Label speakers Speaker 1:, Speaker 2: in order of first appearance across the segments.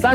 Speaker 1: 三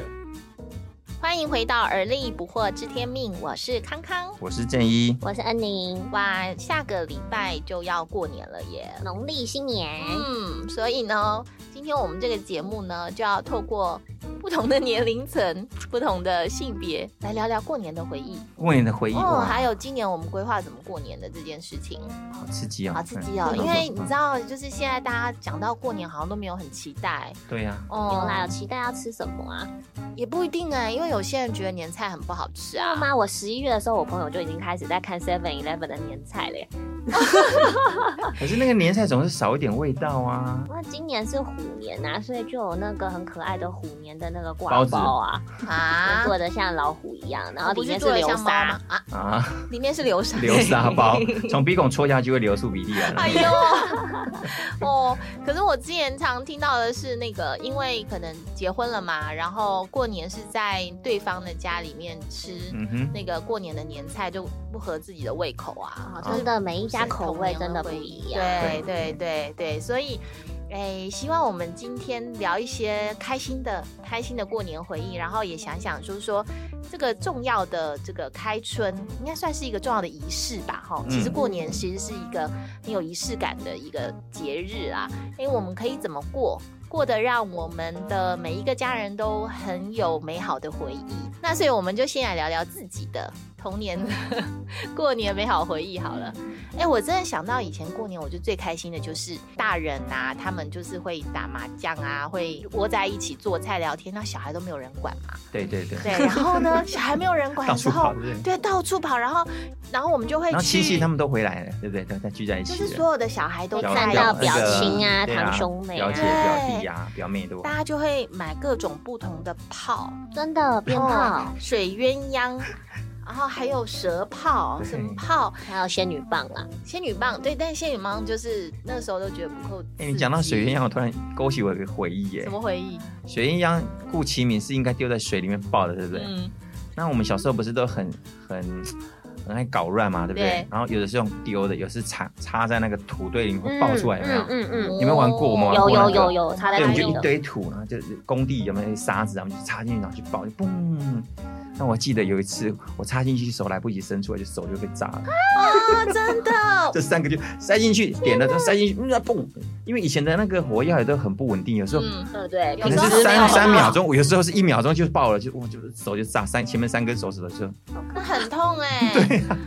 Speaker 2: 欢迎回到而立不惑知天命，我是康康。
Speaker 3: 我是正一，
Speaker 4: 我是恩宁，
Speaker 2: 哇，下个礼拜就要过年了耶。
Speaker 4: 农历新年，
Speaker 2: 嗯，所以呢，今天我们这个节目呢，就要透过不同的年龄层、不同的性别来聊聊过年的回忆。
Speaker 3: 过年的回忆，
Speaker 2: 哦，
Speaker 3: 哇，
Speaker 2: 还有今年我们规划怎么过年的这件事情，
Speaker 3: 好刺激哦，
Speaker 2: 好刺激哦！
Speaker 3: 嗯
Speaker 2: 因为你知，道，就是现在大家讲到过年，好像都没有很期待
Speaker 3: 嗯对呀，
Speaker 2: 哦。
Speaker 4: 有啦，有期待要吃什么啊？
Speaker 2: 也不一定哎，因为有些人觉得年菜很不好吃啊
Speaker 4: 妈。妈，我十一月的时候，我朋友就已经开始在看 Seven Eleven 的年菜了耶。
Speaker 3: 可是那个年菜总是少一点味道啊。
Speaker 4: 那今年是虎年呐、所以就有那个很可爱的虎年的那个
Speaker 3: 包
Speaker 4: 挂
Speaker 3: 子
Speaker 4: 包啊，
Speaker 2: 啊，
Speaker 4: 做的像老虎一样，然后
Speaker 2: 不
Speaker 4: 里
Speaker 2: 是
Speaker 4: 面
Speaker 2: 做
Speaker 4: 是
Speaker 2: 的
Speaker 4: 流
Speaker 2: 像猫
Speaker 4: 沙
Speaker 2: 吗。？啊，
Speaker 3: 啊，
Speaker 2: 里面是流沙。
Speaker 3: 流沙包，从鼻孔戳下去会流出鼻涕啊来。
Speaker 2: 哎呦，哦，可是我之前常听到的是那个，因为可能结婚了嘛，然后过年是在对方的家里面吃
Speaker 3: 嗯哼，
Speaker 2: 那个过年的年菜，就不合自己的胃口啊。
Speaker 4: 哦
Speaker 2: 就是
Speaker 4: 真的每一家
Speaker 2: 是
Speaker 4: 口
Speaker 2: 童
Speaker 4: 味
Speaker 2: 年
Speaker 4: 真的不
Speaker 2: 回
Speaker 4: 一
Speaker 2: 忆啊
Speaker 4: 样。
Speaker 2: 对对对对，所以，哎，希望我们今天聊一些开心的、开心的过年回忆，然后也想想，就是说这个重要的这个开春，应该算是一个重要的仪式吧？哈，其实
Speaker 3: 嗯
Speaker 2: 过年其实是一个很有仪式感的一个节日啊。哎，我们可以怎么过？过得让我们的每一个家人都很有美好的回忆。那所以我们就先来聊聊自己的童年 的过年美好回忆好了。哎、我真的想到以前过年，我就最开心的就是大人啊，他们就是会打麻将啊，会窝在一起做菜聊天，那小孩都没有人管嘛。
Speaker 3: 对对 对，
Speaker 2: 对，然后呢，小孩没有人管
Speaker 3: 到
Speaker 2: 的时
Speaker 3: 处
Speaker 2: 候
Speaker 3: 跑，，对不对
Speaker 2: 对，到处跑，然后，然后我们就会
Speaker 3: 然后
Speaker 2: 去，
Speaker 3: 亲戚他们都回来了，对不对？都在聚在一
Speaker 2: 就
Speaker 3: 起
Speaker 2: 是
Speaker 3: 了，
Speaker 2: 所有的小孩都
Speaker 4: 会
Speaker 3: 表
Speaker 2: 在
Speaker 4: 看
Speaker 2: 一
Speaker 4: 到
Speaker 2: 起
Speaker 4: 表情啊
Speaker 3: 对
Speaker 4: 堂兄妹啊
Speaker 3: 表姐、表弟啊、表妹都
Speaker 2: 大家就会买各种不同的炮，
Speaker 4: 真的鞭炮，
Speaker 2: 水鸳鸯， 然后还有蛇炮，
Speaker 3: 对
Speaker 2: 什么炮，
Speaker 4: 还有仙女棒啊，
Speaker 2: 仙女棒，对，但仙女棒就是那时候都觉得不够。
Speaker 3: 哎、你讲到水鸳，鸯，我突然勾起我一个回忆耶
Speaker 2: 什。么回忆？
Speaker 3: 水鸳鸯，顾其名是应该丢在水里面爆的，对不对？
Speaker 2: 嗯，
Speaker 3: 那我们小时候不是都很很很爱搞乱嘛，对不对？
Speaker 2: 对
Speaker 3: 然后有的是用丢的，有的是插插在那个土堆里面会哦爆出来，有没有？
Speaker 4: 嗯嗯
Speaker 3: 你们玩过我们玩
Speaker 4: 有
Speaker 3: 过那
Speaker 4: 有
Speaker 3: 个哎
Speaker 4: 有有，插在
Speaker 3: 对，我
Speaker 4: 那
Speaker 3: 们就
Speaker 4: 里
Speaker 3: 一
Speaker 4: 的，
Speaker 3: 堆土，然后就是工地有没有沙子，然啊后就插进去，然后去爆，就嘣。那我记得有一次，我插进去手来不及伸出来，就手就被炸了。
Speaker 2: 啊，真的，
Speaker 3: 这三个就塞进去，点了就塞进去，嗯，嘣！因为以前的那个火药也都很不稳定，有时候
Speaker 2: 嗯，
Speaker 4: 对不对？
Speaker 2: 有
Speaker 3: 可
Speaker 4: 平
Speaker 3: 能
Speaker 4: 时
Speaker 2: 时
Speaker 3: 是
Speaker 2: 候
Speaker 3: 三
Speaker 2: 没有
Speaker 3: 三秒钟，有时候是一秒钟就爆了，就我就手就炸，三前面三根手指头就
Speaker 2: 那很痛 哎、
Speaker 3: 啊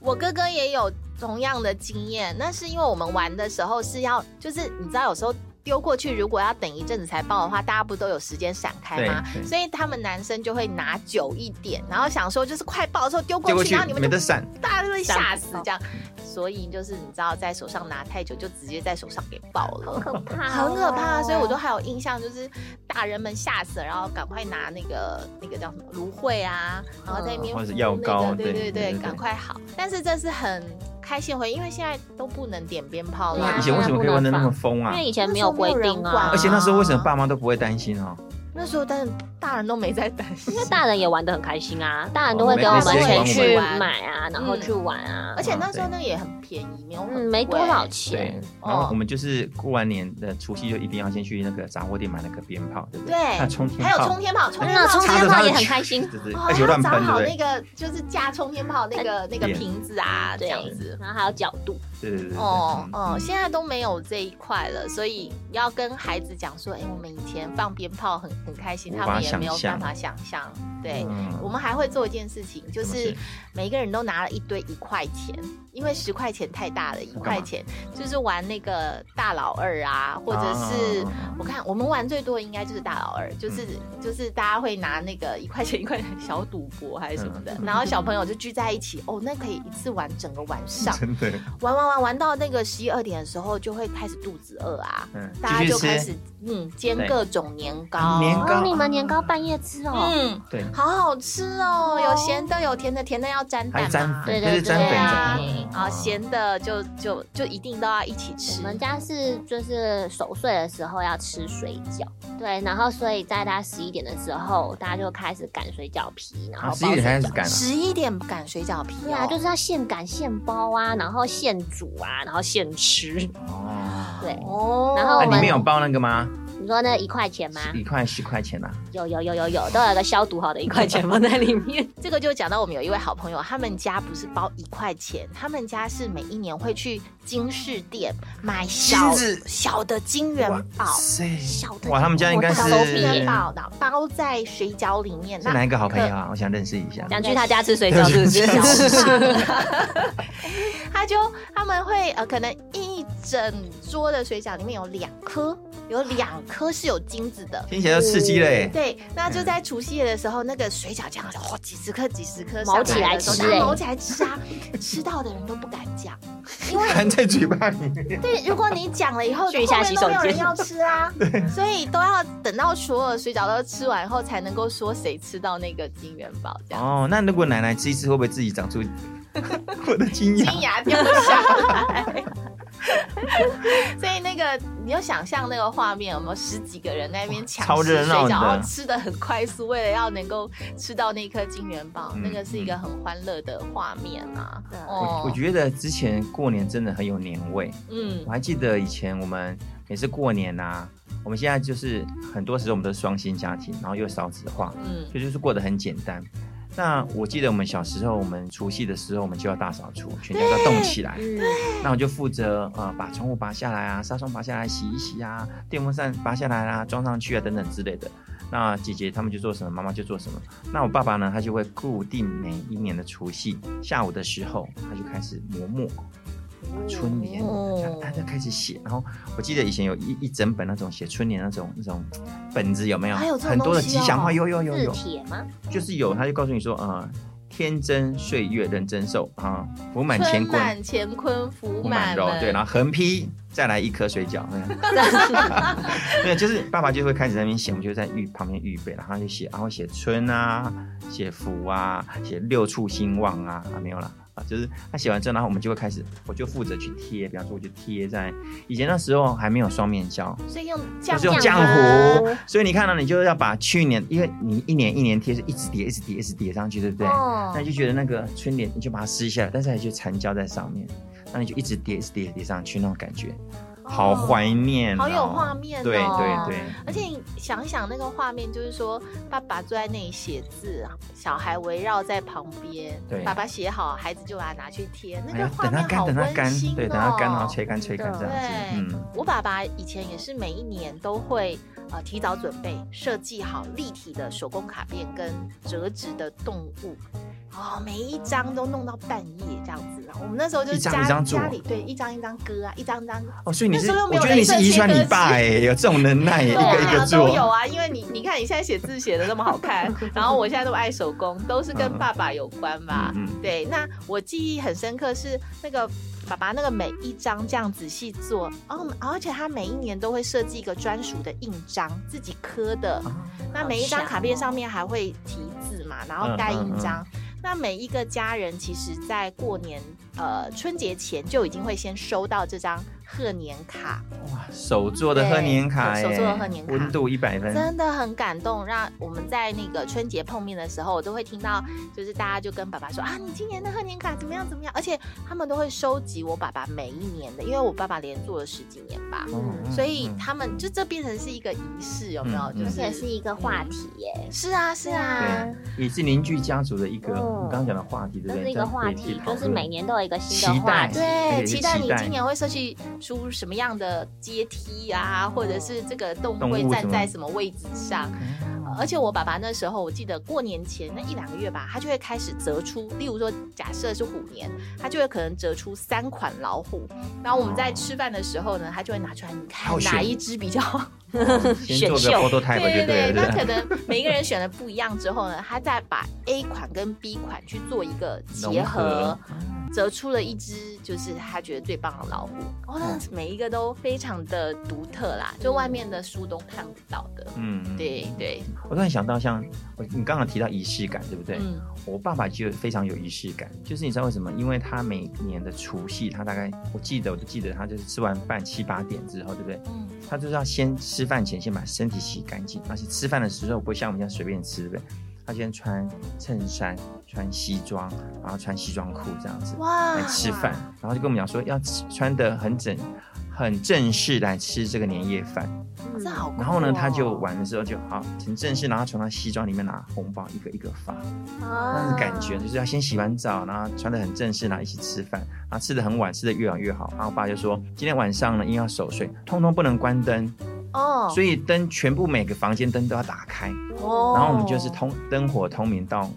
Speaker 2: 我哥哥也有同样的经验，那是因为我们玩的时候是要，就是你知道有时候。丢过去，如果要等一阵子才爆的话，大家不都有时间闪开吗
Speaker 3: 对？对
Speaker 2: 所以他们男生就会拿久一点，然后想说就是快爆的时候丢过
Speaker 3: 丢
Speaker 2: 去，
Speaker 3: 过去
Speaker 2: 然后你们
Speaker 3: 没
Speaker 2: 就
Speaker 3: 得闪，
Speaker 2: 大家都会吓死
Speaker 4: 闪不
Speaker 2: 这样。所以就是你知道，在手上拿太久，就直接在手上给爆了。
Speaker 4: 可怕，哦
Speaker 2: 很可怕，啊所以
Speaker 3: 哦
Speaker 2: 我都。还有印象，就是大人们吓死了，然后赶快拿那个那个叫什么芦荟啊，然后在那边
Speaker 3: 嗯或者是
Speaker 2: 敷
Speaker 3: 药
Speaker 2: 那个
Speaker 3: 膏
Speaker 2: 对
Speaker 3: 对对
Speaker 2: 对
Speaker 3: 对对
Speaker 2: 赶快好。但是这是很开心的回忆，因为现在都不能点鞭炮
Speaker 4: 对啊
Speaker 2: 了。
Speaker 3: 以前为什么可以玩的那么疯
Speaker 4: 因
Speaker 3: 啊
Speaker 4: 为？以前没有规定啊，
Speaker 3: 而且那时候为什么爸妈都不会担心哦？
Speaker 2: 那时候，但是大人都没在担心
Speaker 4: 因。为大人也玩的很开心啊，大人都会给我们钱去买啊，然后去玩啊
Speaker 2: 而，且那时候那个也很便宜，没有很
Speaker 4: 嗯，没多
Speaker 2: 贵
Speaker 4: 少
Speaker 3: 对
Speaker 4: 钱，，
Speaker 3: 然
Speaker 2: 哦
Speaker 3: 后我们就是过完年的除夕就一定要先去那个杂货店买那个鞭炮，对不对？
Speaker 2: 对
Speaker 3: 还有冲天
Speaker 2: 还有
Speaker 3: 炮
Speaker 2: 冲，天炮，冲天
Speaker 4: 那
Speaker 2: 炮
Speaker 4: 冲
Speaker 3: 嗯插
Speaker 4: 天
Speaker 3: 着
Speaker 4: 炮
Speaker 3: 它
Speaker 4: 也
Speaker 3: 的
Speaker 4: 很开心，
Speaker 3: 对对，
Speaker 2: 哦，
Speaker 3: 而且乱
Speaker 2: 还要
Speaker 3: 喷，
Speaker 2: 找好
Speaker 3: 对
Speaker 2: 那
Speaker 3: 不
Speaker 2: 个就是架冲天炮那个那个
Speaker 3: 点
Speaker 2: 瓶子啊，这
Speaker 4: 哎对
Speaker 2: 样子，。
Speaker 4: 然后还有角度，
Speaker 3: 对？对对对对。
Speaker 2: 哦
Speaker 3: 嗯
Speaker 2: 哦，现在都没有这一块了，所以要跟孩子讲说，哎、我们以前放鞭炮很很开心，
Speaker 3: 无
Speaker 2: 他
Speaker 3: 法
Speaker 2: 们也没有
Speaker 3: 想象
Speaker 2: 办法想象。对，
Speaker 3: 嗯
Speaker 2: 我们还会做一件事情，就
Speaker 3: 什么
Speaker 2: 是
Speaker 3: 事
Speaker 2: 每个人都拿了一堆一块钱，因为十块钱太大了，一块钱就是玩那个大老二啊，或者是、
Speaker 3: 啊嗯啊啊
Speaker 2: 我看我们玩最多的应该就是大老二，就是、就是大家会拿那个一块钱一块钱小赌
Speaker 3: 嗯
Speaker 2: 博还是什么的，然后小朋友就聚在一起，哦，那可以一次玩整个晚上。
Speaker 3: 真的，
Speaker 2: 玩玩玩玩玩到那个十一二点的时候，就会开始肚子饿啊，
Speaker 3: 嗯，
Speaker 2: 大家
Speaker 3: 继续
Speaker 2: 就开
Speaker 3: 吃
Speaker 2: 始嗯煎
Speaker 3: 对
Speaker 2: 各种年糕，
Speaker 3: 年糕
Speaker 4: 哦，你们年糕半夜吃哦，
Speaker 2: 嗯，
Speaker 3: 对，
Speaker 2: 好好吃哦，
Speaker 4: 哦
Speaker 2: 有咸的有甜的，甜的要沾
Speaker 3: 还
Speaker 2: 蛋
Speaker 3: 沾
Speaker 2: 嘛，
Speaker 3: 粉，
Speaker 4: 对
Speaker 3: 这
Speaker 4: 对
Speaker 3: 是沾粉
Speaker 2: 对啊
Speaker 3: 沾
Speaker 2: 啊咸的就就就一定都要一起
Speaker 4: 我
Speaker 2: 吃，
Speaker 4: 们家是就是守岁的时候要吃水饺，对，然后所以在大家十一点的时候，大家就开始擀水饺皮，然后
Speaker 3: 啊，十
Speaker 4: 包
Speaker 3: 一点才开始
Speaker 4: 水饺
Speaker 3: 擀了，
Speaker 2: 十一点擀水饺皮、哦，
Speaker 4: 对啊，就是要现擀现包啊，然后现煮啊，然后现吃。
Speaker 3: 哦，
Speaker 4: 对
Speaker 2: 哦，
Speaker 4: 然后
Speaker 3: 啊，
Speaker 4: 我
Speaker 3: 里
Speaker 4: 们
Speaker 3: 面有包那个吗？
Speaker 4: 你说那一块钱吗？
Speaker 3: 一块十块钱呐，啊
Speaker 4: 有有有有有，都有一个消毒好的一块钱放在 里面。
Speaker 2: 这个就讲到我们有一位好朋友，他们家不是包一块钱，他们家是每一年会去金饰店买小
Speaker 3: 金子
Speaker 2: 小的金元宝，
Speaker 3: 塞
Speaker 2: 小的
Speaker 3: 哇，他们家应该是
Speaker 2: 小的金元
Speaker 3: 是
Speaker 2: 宝，然后包在水饺里面。那
Speaker 3: 哪一个好朋友啊？我想认识一下。
Speaker 4: 想去他家吃水饺是不是？
Speaker 2: 他就他们会呃，可能一整桌的水饺里面有两颗，有两颗是有金子的。
Speaker 3: 听起来就刺激嘞，
Speaker 2: 对，那
Speaker 3: 嗯
Speaker 2: 就在除夕夜的时候，那个水饺这样子，哦，几十颗几十颗
Speaker 4: 毛起
Speaker 2: 上
Speaker 4: 来
Speaker 2: 的时候
Speaker 4: 吃
Speaker 2: 大家
Speaker 4: 欸
Speaker 2: 毛起来吃啊，吃到的人都不敢讲，因为
Speaker 3: 含在嘴巴里。
Speaker 2: 对，如果你讲了以后，
Speaker 4: 去一下洗手
Speaker 2: 后面都没有人
Speaker 4: 间
Speaker 2: 要吃 啊，所以都要等到所有的水饺都吃完后，才能够说谁吃到那个金元宝这样。
Speaker 3: 哦，那如果奶奶吃一次，会不会自己长出 我的 金牙？
Speaker 2: 金牙掉下来，所以那个你就想象那个画面，有没有十几个人在那边抢
Speaker 3: 超
Speaker 2: 吃
Speaker 3: 热
Speaker 2: 水饺，
Speaker 3: 闹的
Speaker 2: 然后吃的很快速，为了要能够吃到那颗金元宝，
Speaker 3: 嗯
Speaker 2: 那个是一个很欢乐的画面啊。
Speaker 4: 对
Speaker 2: 哦
Speaker 3: 我我觉得之前过年真的很有年味。
Speaker 2: 嗯
Speaker 3: 我还记得以前我们每次过年呐、啊我们现在就是很多时候我们都是双薪家庭，然后又少子化，
Speaker 2: 嗯
Speaker 3: 所以就是过得很简单。那我记得我们小时候，我们除夕的时候，我们就要大扫除，全家都要动起来。
Speaker 4: 嗯，
Speaker 3: 那我就负责呃把窗户拔下来啊，纱窗拔下来洗一洗啊，电风扇拔下来啊，装上去啊等等之类的。那姐姐他们就做什么，妈妈就做什么。那我爸爸呢，他就会固定每一年的除夕下午的时候，他就开始磨墨，把春联，
Speaker 2: 哦
Speaker 3: 他就开始写。然后我记得以前有一一整本那种写春联那种那种本子有没有？
Speaker 2: 还有这种
Speaker 3: 很多的
Speaker 2: 东西
Speaker 3: 吉
Speaker 2: 哦
Speaker 3: 祥话，有有有
Speaker 4: 字
Speaker 3: 有，
Speaker 4: 帖吗？
Speaker 3: 就是有，他就告诉你说呃。天真岁月人真寿啊，福满
Speaker 2: 春
Speaker 3: 乾坤，
Speaker 2: 满乾坤，福
Speaker 3: 铺
Speaker 2: 满
Speaker 3: 满肉，
Speaker 2: 门
Speaker 3: 对，然后横批再来一颗水饺， 对，就是爸爸就会开始在那边写，我们就在预旁边预备，然后他就写，然后写春啊，写福啊，写六畜兴旺啊，啊没有啦。啊，就是他写完之后，然后我们就会开始，我就负责去贴，比方说我就贴在以前那时候还没有双面胶，
Speaker 2: 所以用
Speaker 3: 就
Speaker 2: 酱
Speaker 3: 是用
Speaker 4: 酱
Speaker 3: 浆
Speaker 4: 啊
Speaker 3: 糊，所以你看到、你就是要把去年，因为你一年一年贴是一直叠一直叠一直叠上去，对不对？
Speaker 2: 嗯
Speaker 4: 哦
Speaker 3: 那，你就觉得那个春联，你就把它撕下来，但是还就缠胶在上面，那你就一直叠，一直叠，叠上去那种感觉，好怀念、哦，
Speaker 2: 好有画面、哦，
Speaker 3: 对对对，
Speaker 2: 而且你想一想那个画面，就是说爸爸坐在那里写字，小孩围绕在旁边，
Speaker 3: 对
Speaker 2: 爸爸写好，孩子就把它拿去贴，那
Speaker 3: 哎
Speaker 2: 个
Speaker 3: 呀
Speaker 2: 画
Speaker 3: 等它
Speaker 2: 面
Speaker 3: 干，
Speaker 2: 好
Speaker 3: 等它
Speaker 2: 温
Speaker 3: 干，
Speaker 2: 馨哦。
Speaker 3: 对，等它干，然后吹干，吹干
Speaker 4: 真
Speaker 3: 这
Speaker 4: 的
Speaker 3: 样子，
Speaker 2: 对
Speaker 3: 嗯，
Speaker 2: 我爸爸以前也是每一年都会呃提早准备设计好立体的手工卡片跟折纸的动物，哦，每一张都弄到半夜这样子。然后我们那时候就是
Speaker 3: 一张
Speaker 2: 家
Speaker 3: 一张做
Speaker 2: 家里对一张一张割啊，一张一张
Speaker 3: 哦，所以你是，
Speaker 2: 那时候没有
Speaker 3: 我觉得你
Speaker 2: 镭
Speaker 3: 是
Speaker 2: 射
Speaker 3: 遗
Speaker 2: 切
Speaker 3: 传
Speaker 2: 割
Speaker 3: 你
Speaker 2: 机
Speaker 3: 爸哎、有这种能耐，一
Speaker 2: 对啊，
Speaker 3: 个一个
Speaker 2: 都有
Speaker 3: 做，
Speaker 2: 啊，因为你你看你现在写字写的那么好看， 然后我现在都爱手工，都是跟爸爸有关吧。
Speaker 3: 嗯嗯
Speaker 2: 对，那我记忆很深刻是那个。爸爸那个每一张这样仔细做，哦，而且他每一年都会设计一个专属的印章，自己刻的。
Speaker 3: 啊
Speaker 2: 那每一张卡片上面还会题字嘛，然后盖印
Speaker 3: 嗯
Speaker 2: 章。那每一个家人其实，在过年呃春节前就已经会先收到这张贺年卡，
Speaker 3: 哇，手做的
Speaker 2: 对
Speaker 3: 贺年卡、哎，
Speaker 2: 手做的贺年卡
Speaker 3: 温度一百分，
Speaker 2: 真的很感动，让我们在那个春节碰面的时候，我都会听到，就是大家就跟爸爸说啊，你今年的贺年卡怎么样怎么样，而且他们都会收集我爸爸每一年的，因为我爸爸连做了十几年吧，
Speaker 3: 嗯
Speaker 2: 所以
Speaker 3: 嗯
Speaker 2: 他们就这变成是一个仪式，有没有？
Speaker 3: 嗯
Speaker 2: 就
Speaker 4: 而
Speaker 2: 是
Speaker 4: 且是一个话题耶，
Speaker 2: 是啊是啊，
Speaker 3: 对，也是凝聚家族的一个，
Speaker 2: 哦
Speaker 4: 嗯
Speaker 3: 你刚刚讲的话题，对不
Speaker 4: 这
Speaker 3: 对？
Speaker 4: 是一个话题，就是每年都有一个新
Speaker 3: 期
Speaker 4: 的话
Speaker 3: 待
Speaker 4: 题。
Speaker 3: 对
Speaker 2: 对，
Speaker 3: 也是
Speaker 2: 期待你
Speaker 3: 期待
Speaker 2: 今年会设计出什么样的阶梯啊，或者是这个动物
Speaker 3: 动
Speaker 2: 会
Speaker 3: 物
Speaker 2: 站
Speaker 3: 什么
Speaker 2: 在什么位置上。
Speaker 3: 嗯
Speaker 2: 而且我爸爸那时候，我记得过年前那一两个月吧，他就会开始折出，例如说，假设是虎年，他就会可能折出三款老虎，然后我们在吃饭的时候呢，他就会拿出来，你看
Speaker 3: 挑选
Speaker 2: 哪一只比较好。
Speaker 3: 哦先做
Speaker 4: 选秀
Speaker 3: 个 prototype 就
Speaker 2: 那
Speaker 3: 对了，对不
Speaker 2: 可
Speaker 3: 对？
Speaker 2: 能每一个人选的不一样之后呢，他再把 A 款跟 B 款去做一个结
Speaker 3: 融合
Speaker 2: 合，折出了一只就是他觉得最棒的老虎。哦，
Speaker 3: 嗯
Speaker 2: 那每一个都非常的独特啦，就外面的书都看不到的。
Speaker 3: 嗯，。
Speaker 2: 对对，
Speaker 3: 我突然想到像，我你刚刚提到仪式感，对不对？
Speaker 2: 嗯
Speaker 3: 我爸爸就非常有仪式感，就是你知道为什么？因为他每年的除夕，他大概我记得，我就记得他就是吃完饭七八点之后，对不对？
Speaker 2: 嗯，
Speaker 3: 他就是要先吃饭前先把身体洗干净，而且吃饭的时候不会像我们这样随便吃，对不对？他先穿衬衫、穿西装，然后穿西装裤这样子
Speaker 2: 哇
Speaker 3: 来吃饭，然后就跟我们讲说要吃穿的很整、很正式来吃这个年夜饭。
Speaker 2: 这好酷哦。
Speaker 3: 然后呢，他就玩的时候就好很正式，然后从他西装里面拿红包一个一个发，那
Speaker 4: 啊
Speaker 3: 种感觉就是要先洗完澡，然后穿的很正式，然后一起吃饭，然后吃的很晚，吃的越晚越好。然后我爸就说，今天晚上呢，因为要守岁，通通不能关灯，
Speaker 2: 哦，
Speaker 3: 所以灯全部每个房间灯都要打开，
Speaker 2: 以哦，
Speaker 4: 嗯
Speaker 3: 然后我们就是通灯火通明到，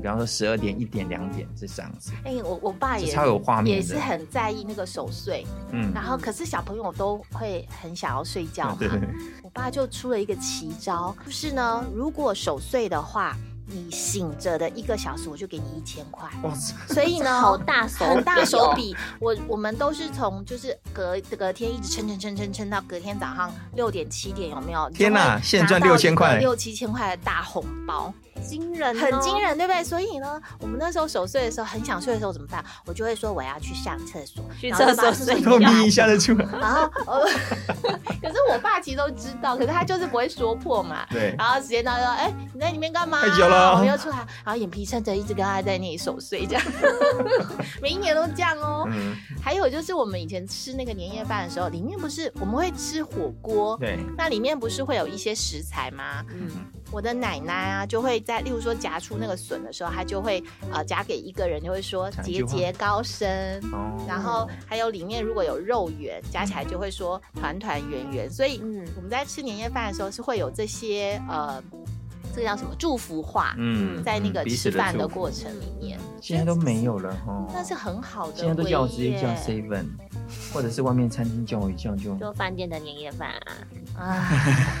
Speaker 3: 比方说十二点、一点、两点这这样子，
Speaker 2: 哎、我我爸
Speaker 3: 这
Speaker 2: 也
Speaker 3: 超有画面
Speaker 2: 也是
Speaker 3: 的。
Speaker 2: 很在意那个守岁，
Speaker 3: 嗯，
Speaker 2: 然后可是小朋友都会很想要啊睡觉 嘛。
Speaker 3: 对对对，
Speaker 2: 我爸就出了一个奇招，就是呢，如果守岁的话，你醒着的一个小时，我就给你一千 块。
Speaker 3: 哇，
Speaker 2: 所以呢，
Speaker 4: 好大手笔哦
Speaker 3: 啊
Speaker 2: 很大手笔。我我们都是从就是隔隔天一直撑撑撑撑撑到隔天早上六点七点，有没有？
Speaker 3: 天哪现赚6000块
Speaker 2: 六七千块的大红包，
Speaker 4: 惊人、哦，
Speaker 2: 很惊。人，对不对？所以呢，我们那时候守岁的时候，很想睡的时候怎么办？我就会说我要去上厕所，
Speaker 4: 去
Speaker 2: 然后就把
Speaker 4: 厕所睡
Speaker 2: 厕
Speaker 3: 都
Speaker 4: 觉
Speaker 3: 眯一下就出来。
Speaker 2: 然后，呃 可是我爸其实都知道，可是他就是不会说破 嘛。
Speaker 3: 对，
Speaker 2: 然后时间到就说：“哎、你在里面干嘛、
Speaker 3: 太久了
Speaker 2: 我们又出来，然后眼皮撑着，一直跟他在那里守岁，这样， 每一年都这样哦。
Speaker 3: 嗯，
Speaker 2: 还有就是我们以前吃那个年夜饭的时候，里面不是我们会吃火锅，
Speaker 3: 对，
Speaker 2: 那里面不是会有一些食材吗？
Speaker 4: 嗯
Speaker 2: 我的奶奶啊，就会在，例如说夹出那个笋的时候，她就会呃夹给一个人，就会说
Speaker 3: 讲一句
Speaker 2: 节
Speaker 3: 话
Speaker 2: 节高升，
Speaker 3: 哦
Speaker 2: 然后还有里面如果有肉圆，加起来就会说团团圆圆。所以
Speaker 4: 嗯
Speaker 2: 我们在吃年夜饭的时候是会有这些呃，这个叫什么祝福话，
Speaker 3: 嗯
Speaker 2: 在那个
Speaker 3: 彼
Speaker 2: 吃
Speaker 3: 此
Speaker 2: 饭的
Speaker 3: 祝福
Speaker 2: 过程里面，
Speaker 3: 现在都没有了哦。
Speaker 2: 那是很好的。
Speaker 3: 现在都叫直接叫 seven，或者是外面餐厅叫一叫就。
Speaker 4: 就饭店的年夜饭啊，
Speaker 2: 啊？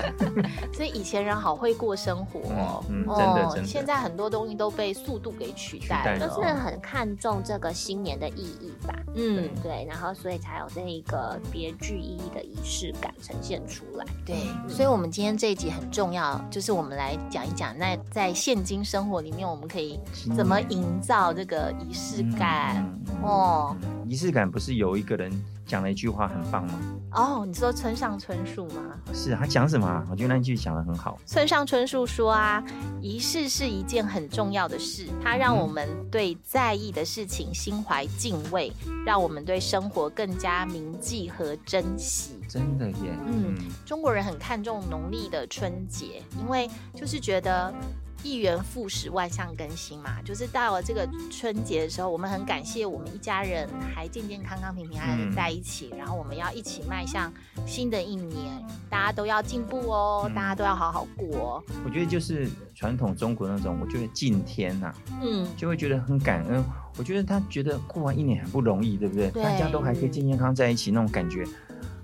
Speaker 2: 所以以前人好会过生活哦，
Speaker 3: 嗯嗯真的真的
Speaker 2: 现在很多东西都被速度给取代
Speaker 3: 取
Speaker 2: 了，
Speaker 3: 代
Speaker 4: 就
Speaker 3: 了
Speaker 4: 是很看重这个新年的意义吧。
Speaker 2: 嗯，
Speaker 4: 对，然后所以才有这一个别具意义的仪式感呈现出来。
Speaker 2: 对，所以，我们今天这一集很重要，就是我们来讲一讲，那在现今生活里面，我们可以怎么营造这个仪式感？
Speaker 3: 嗯？嗯
Speaker 2: 哦，
Speaker 3: 嗯仪式感不是有一个人讲了一句话很棒吗？
Speaker 2: 哦，你说村上春树吗？
Speaker 3: 是啊，他讲什么啊？我觉得那句讲的很好。
Speaker 2: 村上春树说啊，仪式是一件很重要的事，它让我们对在意的事情心怀敬畏，让我们对生活更加铭记和珍惜。
Speaker 3: 真的耶，
Speaker 2: 嗯，中国人很看重农历的春节，因为就是觉得一元复始，万象更新嘛。就是到了这个春节的时候，我们很感谢我们一家人还健健康康、平平安安
Speaker 3: 嗯
Speaker 2: 的在一起，然后我们要一起迈向新的一年，大家都要进步哦，
Speaker 3: 嗯
Speaker 2: 大家都要好好过、哦。
Speaker 3: 我觉得就是传统中国那种，我觉得敬天呐、
Speaker 2: 嗯，
Speaker 3: 就会觉得很感恩。我觉得他觉得过完一年很不容易，对不对？
Speaker 2: 对
Speaker 3: 大家都还可以健健康在一起，那种感觉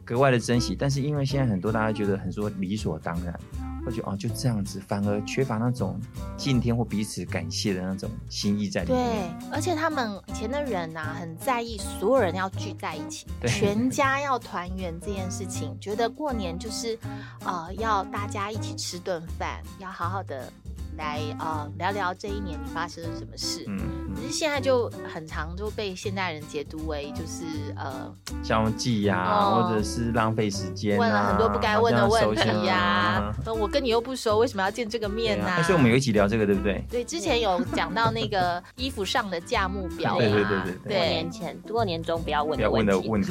Speaker 3: 格外的珍惜。但是因为现在很多大家觉得很说理所当然，会觉得哦就这样子，反而缺乏那种敬天或彼此感谢的那种心意在里
Speaker 2: 对
Speaker 3: 面。，
Speaker 2: 而且他们以前的人呐、啊很在意所有人要聚在一起，
Speaker 3: 对
Speaker 2: 全家要团圆这件事情，觉得过年就是，呃，要大家一起吃顿饭，要好好的来呃聊聊这一年你发生了什么事。
Speaker 3: 嗯，嗯
Speaker 2: 可是现在就很常就被现代人解读为就是呃
Speaker 3: 消极呀、
Speaker 2: 哦
Speaker 3: 或者是浪费时间、啊，
Speaker 2: 问了很多不该问的问题呀、
Speaker 3: 啊。
Speaker 2: 呃我跟你又不熟，为什么要见这个面
Speaker 3: 对
Speaker 2: 呢、
Speaker 3: 啊哎所以我们有一起聊这个，对不对？
Speaker 2: 对之前有讲到那个衣服上的价目表嘛，
Speaker 3: 对对对对对
Speaker 4: 过年前、过年中不要问
Speaker 3: 不
Speaker 4: 的
Speaker 3: 要问
Speaker 4: 问
Speaker 3: 的
Speaker 4: 题。
Speaker 3: 问题，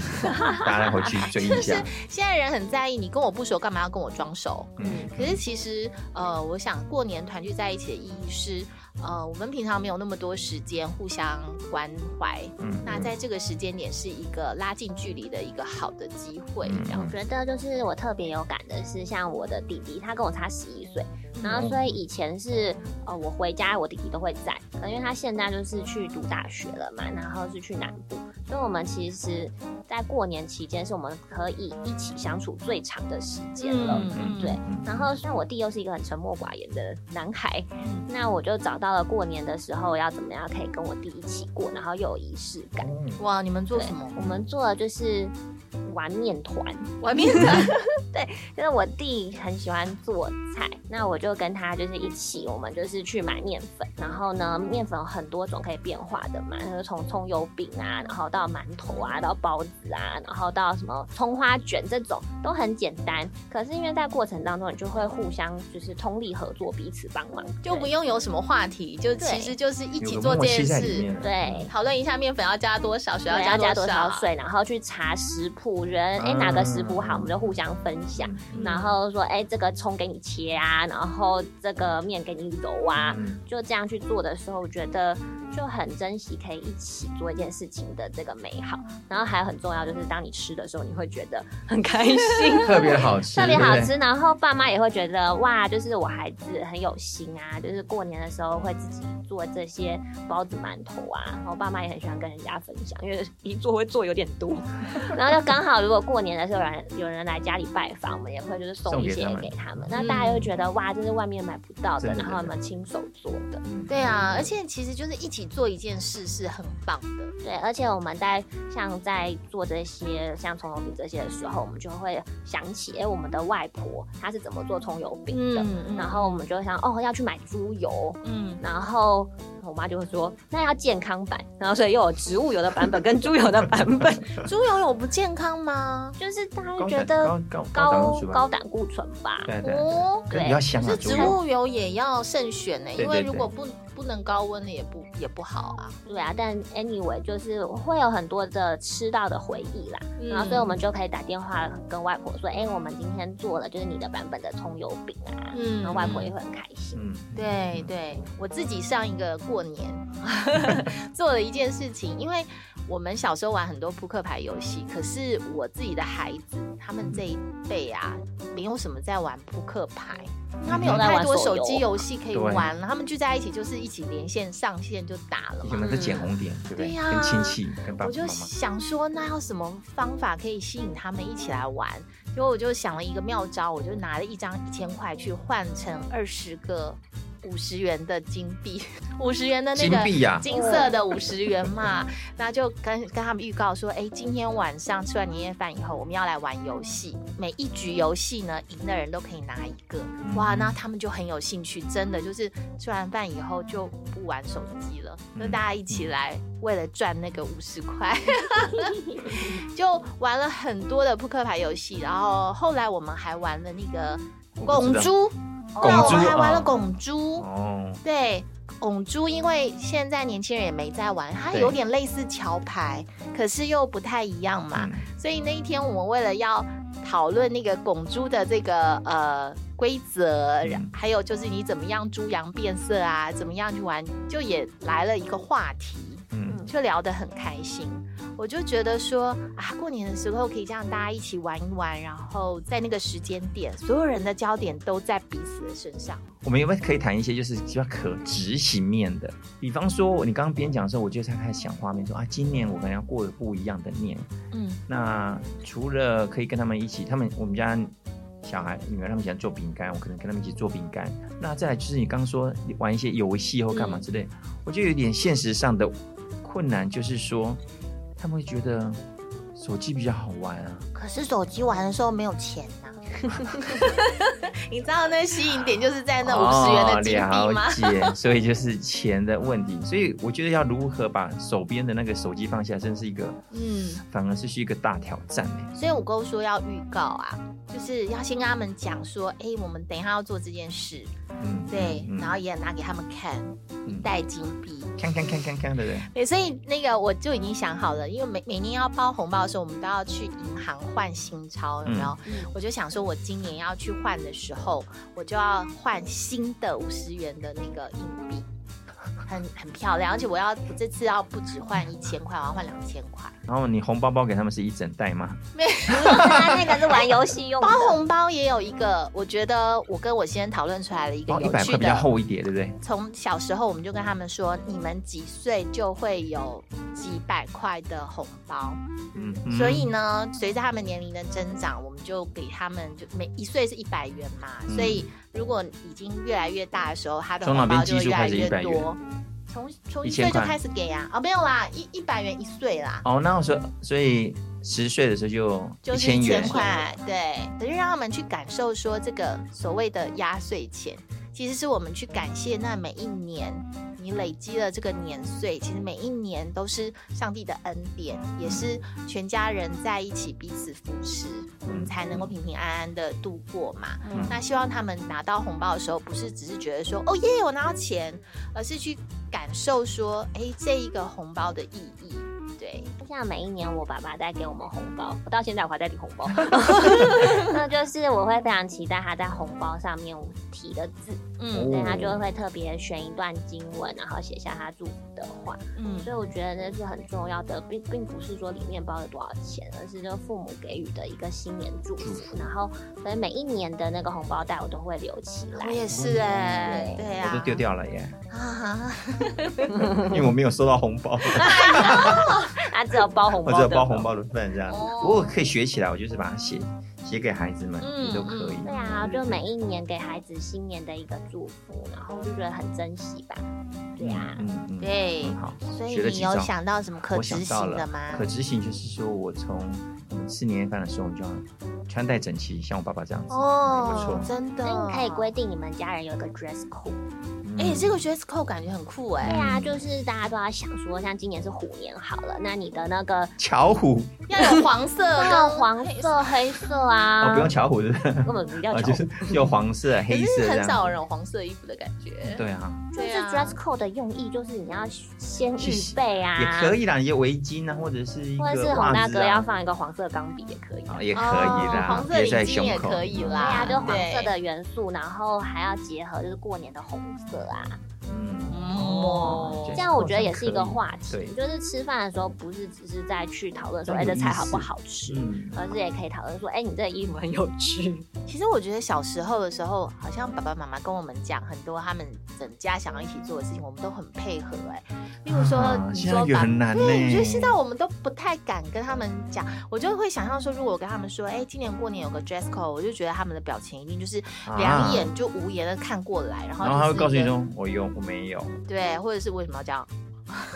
Speaker 3: 大家回去追 一下。
Speaker 2: 现在人很在意你跟我不熟，干嘛要跟我装熟？
Speaker 3: 嗯，
Speaker 2: 可是其实，呃，我想过年团聚在一起的意义是，呃，我们平常没有那么多时间互相关怀，
Speaker 3: 嗯
Speaker 2: 那在这个时间点是一个拉近距离的一个好的机会，
Speaker 3: 嗯
Speaker 2: 这样
Speaker 4: 我觉得就是我特别有感的是，像我的弟弟，他跟我差十一岁，
Speaker 3: 嗯
Speaker 4: 然后所以以前是呃我回家我弟弟都会在，可能因为他现在就是去读大学了嘛，然后是去南部，所以我们其实，在过年期间是我们可以一起相处最长的时间了。
Speaker 2: 嗯嗯
Speaker 4: 对
Speaker 3: 嗯
Speaker 4: 然后，像我弟又是一个很沉默寡言的男孩，那我就找到了过年的时候要怎么样可以跟我弟一起过，然后又有仪式感。
Speaker 3: 哦
Speaker 2: 哇，你们做
Speaker 4: 对
Speaker 2: 什么？
Speaker 4: 我们做的就是玩面团，
Speaker 2: 外面的
Speaker 4: 因为我弟很喜欢做菜，那我就跟他就是一起，我们就是去买面粉，然后呢，面粉有很多种可以变化的嘛，就是从葱油饼啊，然后到馒头啊，到包子啊，然后到什么葱花卷这种都很简单。可是因为在过程当中，你就会互相就是通力合作，彼此帮忙，
Speaker 2: 就不用有什么话题，就其实就是一起
Speaker 3: 有个
Speaker 2: 做这
Speaker 3: 默契
Speaker 2: 件
Speaker 3: 在里面
Speaker 2: 事，
Speaker 3: 了
Speaker 4: 对。
Speaker 2: 讨论一下面粉要加多少，水
Speaker 4: 对要
Speaker 2: 要
Speaker 4: 加
Speaker 2: 加
Speaker 4: 多
Speaker 2: 少
Speaker 4: 少。水，然后去查食谱，觉得哎哪个食谱好，我们就互相分享。
Speaker 3: 嗯
Speaker 4: 然后说，哎、这个葱给你切啊，然后这个面给你揉啊，
Speaker 3: 嗯
Speaker 4: 就这样去做的时候，我觉得就很珍惜可以一起做一件事情的这个美好。然后还有很重要就是，当你吃的时候，你会觉得很开心，
Speaker 3: 特别好吃，
Speaker 4: 特别好
Speaker 3: 对
Speaker 4: 吃。然后爸妈也会觉得，哇，就是我孩子很有心啊，就是过年的时候会自己做这些包子、馒头啊。然后爸妈也很喜欢跟人家分享，因为一做会做有点 多。然后就刚好，如果过年的时候有人有人来家里拜访，我们也会就是送一些
Speaker 3: 送给他们嗯
Speaker 4: 给他们。那大家就觉得，哇，这是外面买不到的，
Speaker 3: 真的
Speaker 4: 然后我们亲手做的。
Speaker 3: 不对嗯
Speaker 2: 对啊，而且其实就是一起做一件事是很棒的。
Speaker 4: 对，而且我们在像在做这些像葱油饼这些的时候，我们就会想起，哎，我们的外婆她是怎么做葱油饼的。
Speaker 2: 嗯
Speaker 4: 然后我们就会想，哦，要去买猪油，
Speaker 2: 嗯，
Speaker 4: 然后我妈就会说，那要健康版，然后所以又有植物油的版本跟猪油的版本，
Speaker 2: 猪油有不健康吗？
Speaker 4: 就是大家
Speaker 3: 嗯高
Speaker 4: 会觉
Speaker 3: 胆
Speaker 4: 得
Speaker 3: 高高高
Speaker 4: 高
Speaker 3: 胆固醇吧
Speaker 4: 高
Speaker 3: 对
Speaker 4: 胆固醇吧，
Speaker 3: 对对，
Speaker 2: 哦，
Speaker 3: 可是比较香
Speaker 2: 是
Speaker 3: 啊，
Speaker 2: 植
Speaker 3: 猪肉
Speaker 2: 物油也要慎选呢，
Speaker 3: 对
Speaker 2: 因为
Speaker 3: 对
Speaker 2: 如
Speaker 3: 对
Speaker 2: 果不不能高温的也不也不好啊。
Speaker 4: 对啊，但 anyway 就是会有很多的吃到的回忆啦，
Speaker 2: 嗯
Speaker 4: 然后所以我们就可以打电话跟外婆说，哎，我们今天做了就是你的版本的葱油饼啊，
Speaker 2: 嗯
Speaker 4: 然后外婆也会很开心。
Speaker 3: 嗯，
Speaker 2: 对对，我自己上一个过年 做了一件事情，因为我们小时候玩很多扑克牌游戏，可是我自己的孩子他们这一辈啊，没有什么在玩扑克牌。他
Speaker 4: 嗯
Speaker 2: 们有太多手机游戏可以玩了，他们聚在一起就是一起连线上线就打了
Speaker 3: 以前我
Speaker 2: 嘛。
Speaker 3: 们是捡红点，对不
Speaker 2: 对
Speaker 3: 对？
Speaker 2: 呀
Speaker 3: 跟亲戚跟爸
Speaker 2: 我
Speaker 3: 爸
Speaker 2: 就
Speaker 3: 妈妈，
Speaker 2: 想说，那要什么方法可以吸引他们一起来玩？结果我就想了一个妙招，我就拿了一张一千块去换成二十个五十元的金币， 五十元的那
Speaker 3: 金
Speaker 2: 个
Speaker 3: 币呀
Speaker 2: 金色的五十元嘛， 那就跟跟他们预告说，哎，今天晚上吃完年夜饭以后，我们要来玩游戏。每一局游戏呢，赢的人都可以拿一个，哇，那他们就很有兴趣，真的就是吃完饭以后就不玩手机了，就
Speaker 3: 嗯
Speaker 2: 大家一起来为了赚那个五十块， 就玩了很多的扑克牌游戏，然后后来我们还玩了那个
Speaker 3: 我不
Speaker 2: 拱
Speaker 3: 知道
Speaker 2: 珠，对，
Speaker 3: 拱
Speaker 2: 我们
Speaker 3: 珠
Speaker 2: 还玩了
Speaker 3: 啊
Speaker 2: 拱珠，
Speaker 3: 哦，
Speaker 2: 对，拱珠，因为现在年轻人也没在玩，它
Speaker 3: 对
Speaker 2: 有点类似桥牌，可是又不太一样嘛。
Speaker 3: 嗯
Speaker 2: 所以那一天我们为了要讨论那个拱珠的这个呃规则，
Speaker 3: 嗯
Speaker 2: 还有就是你怎么样猪羊变色啊，怎么样去玩，就也来了一个话题，
Speaker 3: 嗯，
Speaker 2: 就聊得很开心。我就觉得说啊，过年的时候可以这样大家一起玩一玩，然后在那个时间点，所有人的焦点都在彼此的身上。
Speaker 3: 我们有没有可以谈一些就是比较可执行面的？比方说，你刚刚边讲的时候，我就在开始想画面说啊，今年我可能要过得不一样的年。
Speaker 2: 嗯
Speaker 3: 那除了可以跟他们一起，他们我们家小孩女儿他们喜欢做饼干，我可能跟他们一起做饼干。那再来就是你刚刚说玩一些游戏或干嘛之类，我觉得有点现实上的困难，就是说他们会觉得手机比较好玩啊。
Speaker 2: 可是手机玩的时候没有钱啊呐、 你知道那吸引点就是在那五十元的金币吗？
Speaker 3: 哦了解，所以就是钱的问题。所以我觉得要如何把手边的那个手机放下，真是一个，
Speaker 2: 嗯，
Speaker 3: 反而是是一个大挑战欸
Speaker 2: 所以我哥说要预告啊，就是要先跟他们讲说，哎、我们等一下要做这件事，
Speaker 3: 嗯，
Speaker 2: 对，
Speaker 3: 嗯
Speaker 2: 然后也拿给他们看，一
Speaker 3: 嗯
Speaker 2: 袋金币。
Speaker 3: 看看看看看，对不对？
Speaker 2: 对，所以那个我就已经想好了，因为每每年要包红包的时候，我们都要去银行换新钞，有没有？
Speaker 4: 嗯
Speaker 2: 我就想说，我今年要去换的时候，我就要换新的五十元的那个硬币。很很漂亮，而且我要我这次要不止换一千块，我要换两千块。
Speaker 3: 然后你红包包给他们是一整袋吗？
Speaker 4: 他那个是玩游戏用的
Speaker 2: 包，红包也有一个，我觉得我跟我先生讨论出来了一个
Speaker 3: 包一
Speaker 2: 有
Speaker 3: 百
Speaker 2: 趣
Speaker 3: 块比较
Speaker 2: 的。
Speaker 3: 厚一点，对不对？
Speaker 2: 从小时候我们就跟他们说，你们几岁就会有几百块的红包。
Speaker 3: 嗯，
Speaker 2: 所以呢，随着他们年龄的增长，我们就给他们就每一岁是一百元嘛，
Speaker 3: 嗯
Speaker 2: 所以如果已经越来越大的时候，他的
Speaker 3: 从哪
Speaker 2: 红包
Speaker 3: 边
Speaker 2: 就会
Speaker 3: 基数
Speaker 2: 越来
Speaker 3: 开始
Speaker 2: 越
Speaker 3: 100元
Speaker 2: 多。从从一
Speaker 3: 1000
Speaker 2: 岁就
Speaker 3: 块
Speaker 2: 开始给呀、啊？哦，没有啦，一一百元一岁啦，
Speaker 3: 哦，那我说，所以十岁的时候就
Speaker 2: 就
Speaker 3: 一
Speaker 2: 是
Speaker 3: 千
Speaker 2: 一
Speaker 3: 元
Speaker 2: 千，块，对，等于让他们去感受说这个所谓的压岁钱，其实是我们去感谢那每一年你累积了这个年岁，其实每一年都是上帝的恩典，也是全家人在一起彼此扶持，我们才能够平平安安的度过嘛。
Speaker 4: 嗯
Speaker 2: 那希望他们拿到红包的时候，不是只是觉得说哦耶我拿到钱，而是去感受说，哎，这一个红包的意义。对，
Speaker 4: 像每一年我爸爸在给我们红包，我到现在我还在领红 包，那就是我会非常期待他在红包上面提的字，
Speaker 2: 嗯
Speaker 3: 哦
Speaker 4: 所以他就会特别选一段经文，然后写下他祝福的话。
Speaker 2: 嗯
Speaker 4: 所以我觉得那是很重要的，并并不是说里面包了多少钱，而是就父母给予的一个新年祝
Speaker 3: 祝
Speaker 4: 福。
Speaker 3: 福
Speaker 4: 然后，所以每一年的那个红包袋我都会留起来
Speaker 2: 我。也是哎、对呀、
Speaker 3: 我都丢掉了耶，
Speaker 2: 啊，
Speaker 3: 因为我没有收到红 包，
Speaker 4: 他啊只有包红
Speaker 3: 我哦
Speaker 4: 包，
Speaker 3: 只有包红。包的份这样。
Speaker 2: 哦
Speaker 3: 不过可以学起来，我就是把它写写给孩子们，
Speaker 2: 嗯
Speaker 3: 也都可以。
Speaker 4: 对啊，就每一年给孩子新年的一个祝福，然后我就觉得很珍惜吧。对啊，
Speaker 3: 嗯嗯，
Speaker 2: 对
Speaker 3: 很好。
Speaker 2: 所以
Speaker 3: 学了
Speaker 2: 你
Speaker 3: 几
Speaker 2: 有
Speaker 3: 招
Speaker 2: 想到什么可
Speaker 3: 我
Speaker 2: 执
Speaker 3: 想到
Speaker 2: 行的
Speaker 3: 了
Speaker 2: 吗？
Speaker 3: 可执行就是说我从我们吃年夜饭的时候，我们就要穿戴整齐，像我爸爸这样子，也不
Speaker 2: 哦
Speaker 3: 错，。
Speaker 2: 真的，
Speaker 4: 所以你可以规定你们家人有一个 dress code。
Speaker 3: 嗯
Speaker 2: 哎、这个 dress code 感觉很酷哎、
Speaker 4: 对啊，就是大家都要想说，像今年是虎年好了，那你的那个
Speaker 3: 巧虎
Speaker 2: 要有黄 色
Speaker 4: 那
Speaker 2: 跟
Speaker 4: 黄色、黑色啊，
Speaker 3: 哦，不用巧虎是不是？
Speaker 4: 根本不 叫
Speaker 3: 啊，
Speaker 4: 巧
Speaker 3: 就是有黄 色、
Speaker 2: 可
Speaker 3: 黑色
Speaker 2: 是
Speaker 3: 这
Speaker 2: 很少有
Speaker 3: 样。
Speaker 2: 人有黄色衣服的感觉。
Speaker 3: 对啊，
Speaker 4: 就是
Speaker 2: 对啊
Speaker 4: dress code 的用意就是你要先
Speaker 3: 去
Speaker 4: 预备啊，
Speaker 3: 也可以啦，一些围巾啊，或者是一个
Speaker 4: 或者是
Speaker 3: 袜
Speaker 4: 洪大
Speaker 3: 子
Speaker 4: 哥要
Speaker 3: 啊，
Speaker 4: 放一个黄色钢笔也可以。
Speaker 3: 啊
Speaker 4: 对
Speaker 3: 也可以
Speaker 2: 哦，
Speaker 3: 啦
Speaker 2: 黄色
Speaker 3: 别在
Speaker 2: 领巾
Speaker 3: 胸
Speaker 2: 也
Speaker 3: 口
Speaker 2: 可以啦
Speaker 4: 啊，就黄
Speaker 2: 对
Speaker 4: 色的元素，然后还要结合就是过年的红色啊，
Speaker 3: 嗯，
Speaker 2: 哦
Speaker 3: 对
Speaker 4: 这样我觉得也是一个话
Speaker 3: 对
Speaker 4: 题。就是吃饭的时候，不是只是在去讨论说，
Speaker 3: 要
Speaker 4: 哎，
Speaker 3: 有
Speaker 4: 这菜
Speaker 3: 意
Speaker 4: 好不
Speaker 3: 思
Speaker 4: 好吃，
Speaker 3: 嗯，
Speaker 4: 而是也可以讨论说，哎，你这衣服很有趣。
Speaker 2: 其实我觉得小时候的时候，好像爸爸妈妈跟我们讲很多他们整家想要一起做的事情，我们都很配合哎、例如说，
Speaker 3: 啊
Speaker 2: 你
Speaker 3: 现在
Speaker 2: 说
Speaker 3: 也
Speaker 2: 爸
Speaker 3: 很难呢。
Speaker 2: 对，我觉得现在我们都不太敢跟他们讲，我就会想象说，如果我跟他们说，哎、今年过年有个 dress code，我就觉得他们的表情一定就是两眼就无言的看过来，然后
Speaker 3: 啊然后他会
Speaker 2: 就是
Speaker 3: 告诉
Speaker 2: 一
Speaker 3: 你
Speaker 2: 个
Speaker 3: 说我有我没有，
Speaker 2: 对，或者是为什么要这样？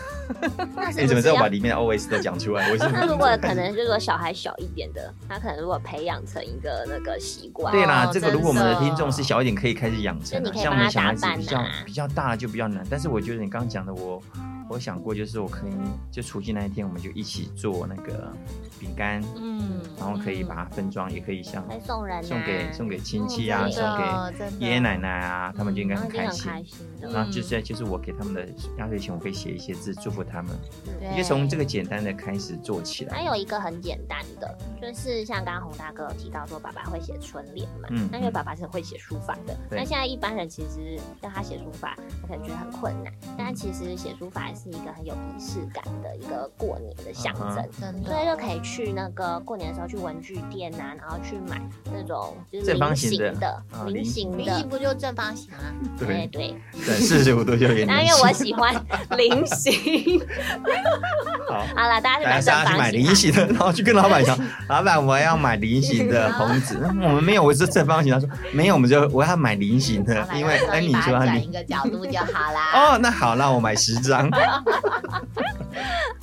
Speaker 4: 那是
Speaker 3: 你
Speaker 4: 不
Speaker 3: 哎怎么
Speaker 4: 是
Speaker 3: 知道我把
Speaker 4: 要？
Speaker 3: 里面的 OS 都讲出来？ 我是
Speaker 4: 那如果可能，就是说小孩小一点的，他可能如果培养成一个那个习惯，
Speaker 3: 对啦
Speaker 2: 哦，
Speaker 3: 这个如果我们的
Speaker 2: 真的
Speaker 3: 听众是小一点，可以开始养成啊，
Speaker 4: 就你可以
Speaker 3: 像我
Speaker 4: 帮
Speaker 3: 们
Speaker 4: 他
Speaker 3: 小孩子
Speaker 4: 打扮
Speaker 3: 比较
Speaker 4: 啊
Speaker 3: 比较大就比较难。但是我觉得你刚刚讲的我，我想过就是我可以就除夕那一天，我们就一起做那个饼干，
Speaker 2: 嗯，
Speaker 3: 然哦后可以把它分装，也可以像
Speaker 4: 可以送人、啊，
Speaker 3: 送给送给亲戚
Speaker 2: 嗯
Speaker 3: 啊，
Speaker 2: 真
Speaker 3: 送
Speaker 2: 的真
Speaker 3: 给
Speaker 2: 的
Speaker 3: 爷爷奶奶啊，他们就应该
Speaker 4: 然后
Speaker 3: 很
Speaker 4: 已经
Speaker 3: 开
Speaker 4: 嗯很
Speaker 3: 心。嗯
Speaker 4: 开心嗯的。
Speaker 3: 然后就是就是我给他们的压岁钱，我会写一些字祝福他们，
Speaker 4: 嗯
Speaker 2: 对，
Speaker 3: 你就从这个简单的开始做起
Speaker 4: 还
Speaker 3: 来。
Speaker 4: 有一个很简单的，就是像刚刚洪大哥有提到说，爸爸会写春联嘛，
Speaker 3: 嗯
Speaker 4: 那因为爸爸是会写书法的，
Speaker 3: 对
Speaker 4: 那现在一般人其实让他写书法，他可能觉得很困难，但其实写书法是一个很有仪式感的一个过年的象征。
Speaker 3: 嗯
Speaker 2: 真
Speaker 4: 所以
Speaker 2: 的
Speaker 4: 就可以去那个过年的时候去文具店啊，然后去买那种就是
Speaker 3: 正
Speaker 4: 菱
Speaker 3: 方形
Speaker 4: 形
Speaker 3: 的
Speaker 4: 的
Speaker 3: 啊、
Speaker 4: 菱
Speaker 3: 菱
Speaker 4: 形
Speaker 3: 形
Speaker 2: 名义
Speaker 4: 的，
Speaker 2: 不就正方形吗？
Speaker 4: 对，对。
Speaker 3: 对，四十五度就有点
Speaker 4: 那
Speaker 3: 难
Speaker 4: 因为我
Speaker 3: 写
Speaker 4: 喜欢菱形，
Speaker 3: 好。
Speaker 4: 好了，大家去
Speaker 3: 大
Speaker 4: 买
Speaker 3: 家去
Speaker 4: 正方形啊。
Speaker 3: 买菱形 的，然后去跟老板讲， 老板我要买菱形的红 纸，嗯我们没有，我是正方形。他说没有，我们就我要买菱形的
Speaker 2: 好，啦
Speaker 3: 啊因为
Speaker 2: 到时候
Speaker 3: 安
Speaker 2: 你
Speaker 3: 妮
Speaker 2: 把
Speaker 3: 说
Speaker 2: 它
Speaker 3: 她
Speaker 2: 转
Speaker 3: 菱。
Speaker 2: 一个角度就好啦。
Speaker 3: 哦，那好，那我买十 张。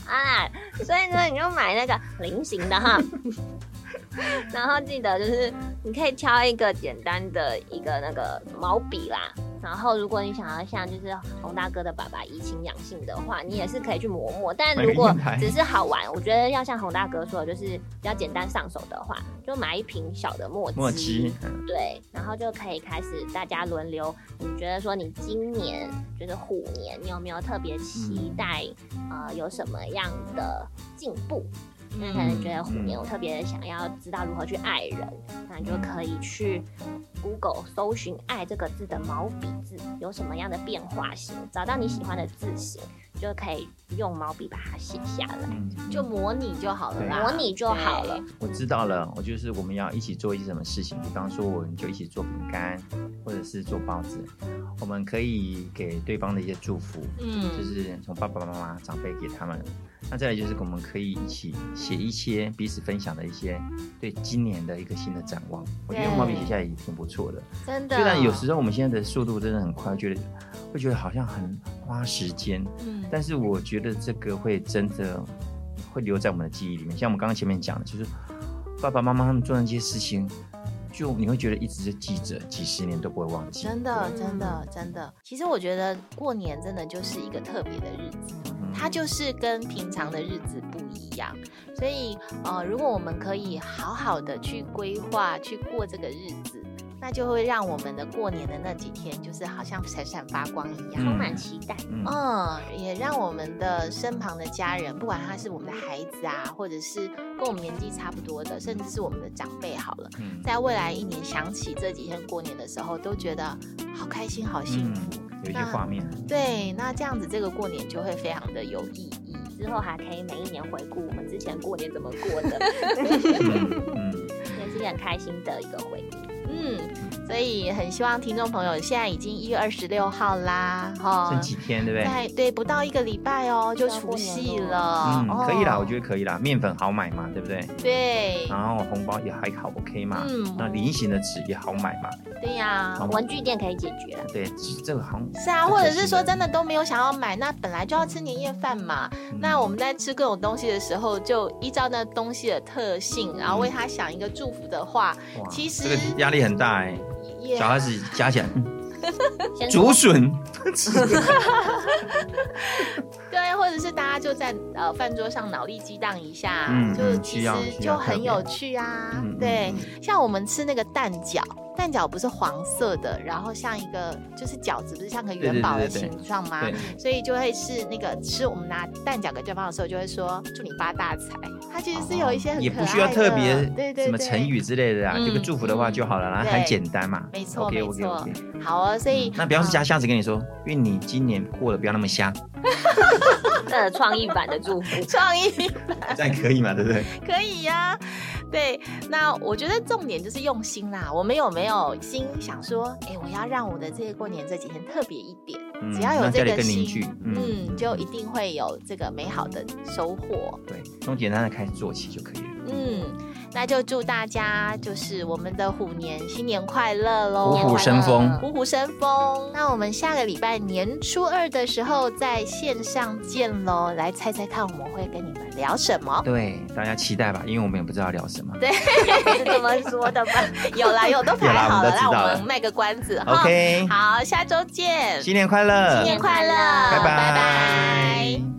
Speaker 4: 啊，所以呢，你就买那个菱形的 哈。然后记得就是，你可以挑一个简单的一个那个毛笔啦。然后，如果你想要像就是洪大哥的爸爸怡情养性的话，你也是可以去磨磨。但如果
Speaker 3: 买个硬盘
Speaker 4: 只是好玩，我觉得要像洪大哥说的，就是比较简单上手的话，就买一瓶小的墨
Speaker 3: 墨汁，
Speaker 4: 对，然后就可以开始大家轮流。你觉得说你今年就是虎年，你有没有特别期待、呃有什么样的进步？那
Speaker 2: 嗯
Speaker 4: 可能觉得虎
Speaker 3: 嗯
Speaker 4: 年我特别想要知道如何去爱人，那你就可以去 Google 搜寻“爱”这个字的毛笔字有什么样的变化型，找到你喜欢的字型，就可以用毛笔把它写下来，
Speaker 3: 嗯，
Speaker 2: 就模拟就好了啦，
Speaker 4: 模
Speaker 3: 啊
Speaker 4: 拟就好了。
Speaker 3: 我知道了，我就是我们要一起做一些什么事情，比方说我们就一起做饼干，或者是做包子，我们可以给对方的一些祝福，
Speaker 2: 对。嗯，
Speaker 3: 就是从爸爸妈妈长辈给他们。那再来就是我们可以一起写一些彼此分享的一些对今年的一个新的展望，我觉
Speaker 2: 对
Speaker 3: 得
Speaker 2: 啊
Speaker 3: 用毛笔写下来也挺不错的。
Speaker 2: 真的。
Speaker 3: 虽然有时候我们现在的速度真的很快，觉得会觉得好像很花时间，
Speaker 2: 嗯，
Speaker 3: 但是我觉得这个会真的会留在我们的记忆里面。像我们刚刚前面讲的，就是爸爸妈妈他们做那些事情，就你会觉得一直就记着，几十年都不会忘记。
Speaker 2: 真的，真的，真的。其实我觉得过年真的就是一个特别的日子，
Speaker 3: 嗯
Speaker 2: 它就是跟平常的日子不一样。所以，呃，如果我们可以好好的去规划、去过这个日子，那就会让我们的过年的那几天，就是好像闪闪发光一样。
Speaker 4: 充
Speaker 3: 嗯
Speaker 4: 满期待。
Speaker 3: 嗯
Speaker 2: 嗯，也让我们的身旁的家人，不管他是我们的孩子啊，或者是跟我们年纪差不多的，甚至是我们的长辈好了，
Speaker 3: 嗯
Speaker 2: 在未来一年想起这几天过年的时候，都觉得好开心、好幸福。
Speaker 3: 嗯，有一 些画面，
Speaker 2: 对，那这样子这个过年就会非常的有意义。
Speaker 4: 之后还可以每一年回顾我们之前过年怎么过的，
Speaker 3: 嗯嗯，
Speaker 4: 也是一个很开心的一个回忆。
Speaker 2: 嗯，所以很希望听众朋友，现在已经一月二十六号啦，哈
Speaker 3: 剩，几天对不对？
Speaker 2: 啊在对不到一个礼拜哦，就
Speaker 4: 就要
Speaker 2: 除
Speaker 4: 过年
Speaker 2: 夕
Speaker 4: 了
Speaker 2: 了
Speaker 3: 嗯，，可以啦，
Speaker 2: 哦
Speaker 3: 我觉得可以啦，面粉好买嘛，对不对？
Speaker 2: 对，
Speaker 3: 然后红包也还好，OK 嘛。
Speaker 2: 嗯
Speaker 3: 那菱形的纸也好买嘛，
Speaker 2: 对呀、
Speaker 3: 好
Speaker 4: 文具店可以解决啊了，
Speaker 3: 对，其实这个好像
Speaker 2: 是啊，或者是说真
Speaker 3: 的，
Speaker 2: 的都没有想要买，那本来就要吃年夜饭嘛。
Speaker 3: 嗯
Speaker 2: 那我们在吃各种东西的时候，就依照那东西的特性，然后
Speaker 3: 嗯
Speaker 2: 为他想一个祝福的话，
Speaker 3: 哇
Speaker 2: 其实啊
Speaker 3: 这个压力很大哎，
Speaker 2: 也
Speaker 3: 小孩子加起来，嗯
Speaker 4: 先
Speaker 3: 竹笋，
Speaker 2: 对，或者是大家就在呃饭桌上脑力激荡一下，
Speaker 3: 嗯
Speaker 2: 就
Speaker 3: 嗯
Speaker 2: 其
Speaker 3: 需
Speaker 2: 实
Speaker 3: 要需
Speaker 2: 就
Speaker 3: 要特
Speaker 2: 很
Speaker 3: 别
Speaker 2: 有趣啊。
Speaker 3: 嗯嗯
Speaker 2: 对，像我们吃那个蛋饺，蛋饺不是黄色的，然后像一个就是饺子，不是像个
Speaker 3: 对
Speaker 2: 元
Speaker 3: 对
Speaker 2: 宝的
Speaker 3: 对对
Speaker 2: 形状吗？
Speaker 3: 对，
Speaker 2: 所以就会是那个吃我们拿蛋饺给对方的时候，就会说祝你发大财。它其实是有一些很
Speaker 3: 哦也
Speaker 2: 可
Speaker 3: 不需要
Speaker 2: 爱
Speaker 3: 特
Speaker 2: 的
Speaker 3: 别
Speaker 2: 对对
Speaker 3: 什么
Speaker 2: 对
Speaker 3: 成语之类的啊，
Speaker 2: 嗯
Speaker 3: 这个祝福的话就好了，然后很
Speaker 2: 对
Speaker 3: 简单嘛。
Speaker 2: 没错
Speaker 3: OK，
Speaker 2: 没
Speaker 3: OK，
Speaker 2: 错
Speaker 3: OK。
Speaker 2: 好哦，所以
Speaker 3: 那不要是家瞎子跟你说，因为你今年过得不要那么瞎，
Speaker 4: 这创意版的祝福。
Speaker 2: 创意
Speaker 3: 这样可以嘛？对不对？
Speaker 2: 可以呀、对，那我觉得重点就是用心啦。我们有没有心想说，哎，我要让我的这个过年这几天特别一点，
Speaker 3: 嗯
Speaker 2: 只要有
Speaker 3: 让
Speaker 2: 这
Speaker 3: 家里
Speaker 2: 个
Speaker 3: 更凝
Speaker 2: 心
Speaker 3: 聚，
Speaker 2: 嗯，就一定会有这个美好的收获。
Speaker 3: 对，从简单的开始做起就可以了。
Speaker 2: 嗯，那就祝大家就是我们的虎年新年快乐喽！
Speaker 3: 虎虎生风，
Speaker 2: 虎虎生风。那我们下个礼拜年初二的时候在线上见喽，来猜猜看我们会跟你们聊什 么？
Speaker 3: 对，大家期待吧，因为我们也不知道聊什么。
Speaker 2: 对
Speaker 4: 是怎么说的吧？
Speaker 2: 有啦有，都排好了，让
Speaker 3: 有啦我们都知道
Speaker 2: 我
Speaker 3: 了
Speaker 2: 们卖个关子哈。
Speaker 3: ，OK，
Speaker 2: 好，下周见，
Speaker 3: 新年快乐，
Speaker 2: 新年快乐，
Speaker 3: 拜
Speaker 2: 拜拜